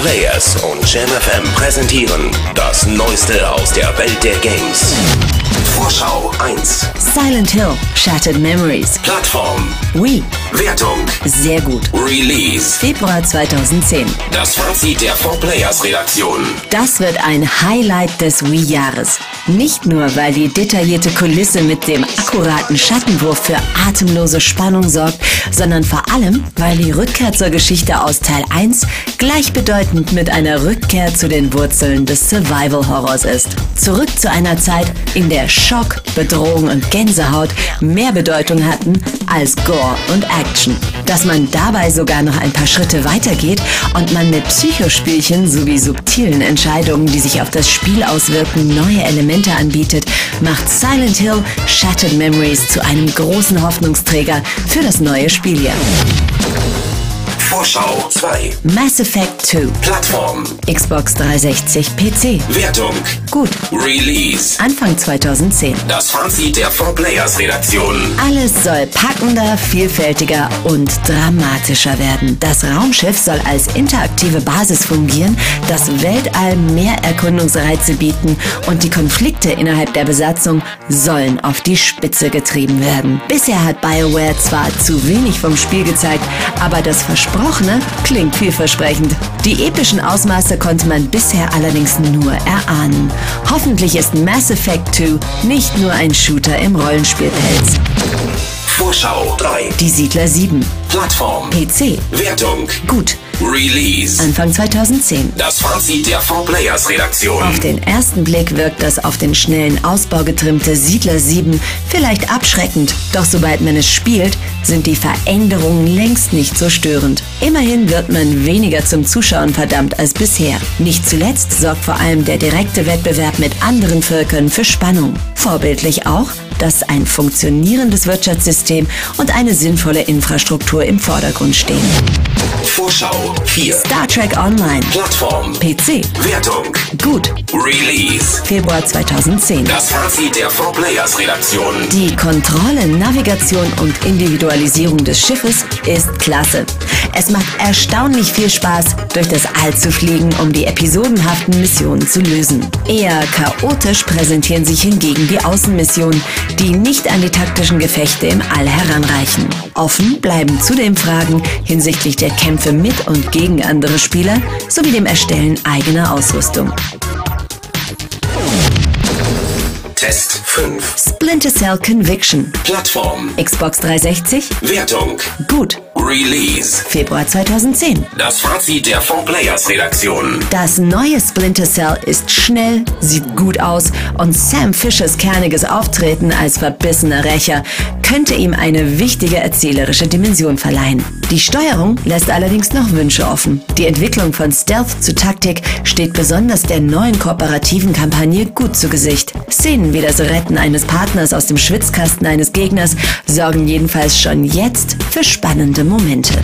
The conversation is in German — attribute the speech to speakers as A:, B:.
A: Players und JamFM präsentieren das Neueste aus der Welt der Games. Vorschau 1.
B: Silent Hill, Shattered Memories,
A: Plattform.
B: Wii,
A: Wertung.
B: sehr gut.
A: Release.
B: Februar 2010.
A: Das Fazit der 4-Players-Redaktion.
B: Das wird ein Highlight des Wii-Jahres. Nicht nur, weil die detaillierte Kulisse mit dem akkuraten Schattenwurf für atemlose Spannung sorgt, sondern vor allem, weil die Rückkehr zur Geschichte aus Teil 1 gleichbedeutend mit einer Rückkehr zu den Wurzeln des Survival-Horrors ist. Zurück zu einer Zeit, in der Schock, Bedrohung und Gänsehaut mehr Bedeutung hatten als Gore und Action. Dass man dabei sogar noch ein paar Schritte weitergeht und man mit Psychospielchen sowie subtilen Entscheidungen, die sich auf das Spiel auswirken, neue Elemente anbietet, macht Silent Hill Shattered Memories zu einem großen Hoffnungsträger für das neue Spieljahr.
A: Vorschau 2.
B: Mass Effect 2,
A: Plattform.
B: Xbox 360, PC.
A: Wertung.
B: Gut,
A: Release.
B: Anfang 2010.
A: Das Fazit der 4-Players-Redaktion.
B: Alles soll packender, vielfältiger und dramatischer werden. Das Raumschiff soll als interaktive Basis fungieren, das Weltall mehr Erkundungsreize bieten und die Konflikte innerhalb der Besatzung sollen auf die Spitze getrieben werden. Bisher hat BioWare zwar zu wenig vom Spiel gezeigt, aber das Versprochene klingt vielversprechend. Die epischen Ausmaße konnte man bisher allerdings nur erahnen. Hoffentlich ist Mass Effect 2 nicht nur ein Shooter im Rollenspielpelz.
A: Vorschau 3.
B: Die Siedler 7.
A: Plattform.
B: PC.
A: Wertung.
B: Gut.
A: Release.
B: Anfang 2010.
A: Das Fazit der 4-Players-Redaktion.
B: Auf den ersten Blick wirkt das auf den schnellen Ausbau getrimmte Siedler 7 vielleicht abschreckend, doch sobald man es spielt, sind die Veränderungen längst nicht so störend. Immerhin wird man weniger zum Zuschauen verdammt als bisher. Nicht zuletzt sorgt vor allem der direkte Wettbewerb mit anderen Völkern für Spannung. Vorbildlich auch, dass ein funktionierendes Wirtschaftssystem und eine sinnvolle Infrastruktur im Vordergrund stehen.
A: Vorschau 4.
B: Star Trek Online.
A: Plattform.
B: PC.
A: Wertung.
B: Gut.
A: Release.
B: Februar 2010.
A: Das Fazit der 4-Players-Redaktion.
B: Die Kontrolle, Navigation und Individualisierung des Schiffes ist klasse. Es macht erstaunlich viel Spaß, durch das All zu fliegen, um die episodenhaften Missionen zu lösen. Eher chaotisch präsentieren sich hingegen die Außenmissionen, die nicht an die taktischen Gefechte im All heranreichen. Offen bleiben zudem Fragen hinsichtlich der Kämpfe mit und gegen andere Spieler sowie dem Erstellen eigener Ausrüstung.
A: Test 5.
B: Splinter Cell Conviction.
A: Plattform.
B: Xbox 360?
A: Wertung.
B: Gut.
A: Release.
B: Februar 2010.
A: Das Fazit der 4-Players-Redaktion.
B: Das neue Splinter Cell ist schnell, sieht gut aus und Sam Fischers kerniges Auftreten als verbissener Rächer könnte ihm eine wichtige erzählerische Dimension verleihen. Die Steuerung lässt allerdings noch Wünsche offen. Die Entwicklung von Stealth zu Taktik steht besonders der neuen kooperativen Kampagne gut zu Gesicht. Szenen wie das Retten eines Partners aus dem Schwitzkasten eines Gegners sorgen jedenfalls schon jetzt für spannende Momente.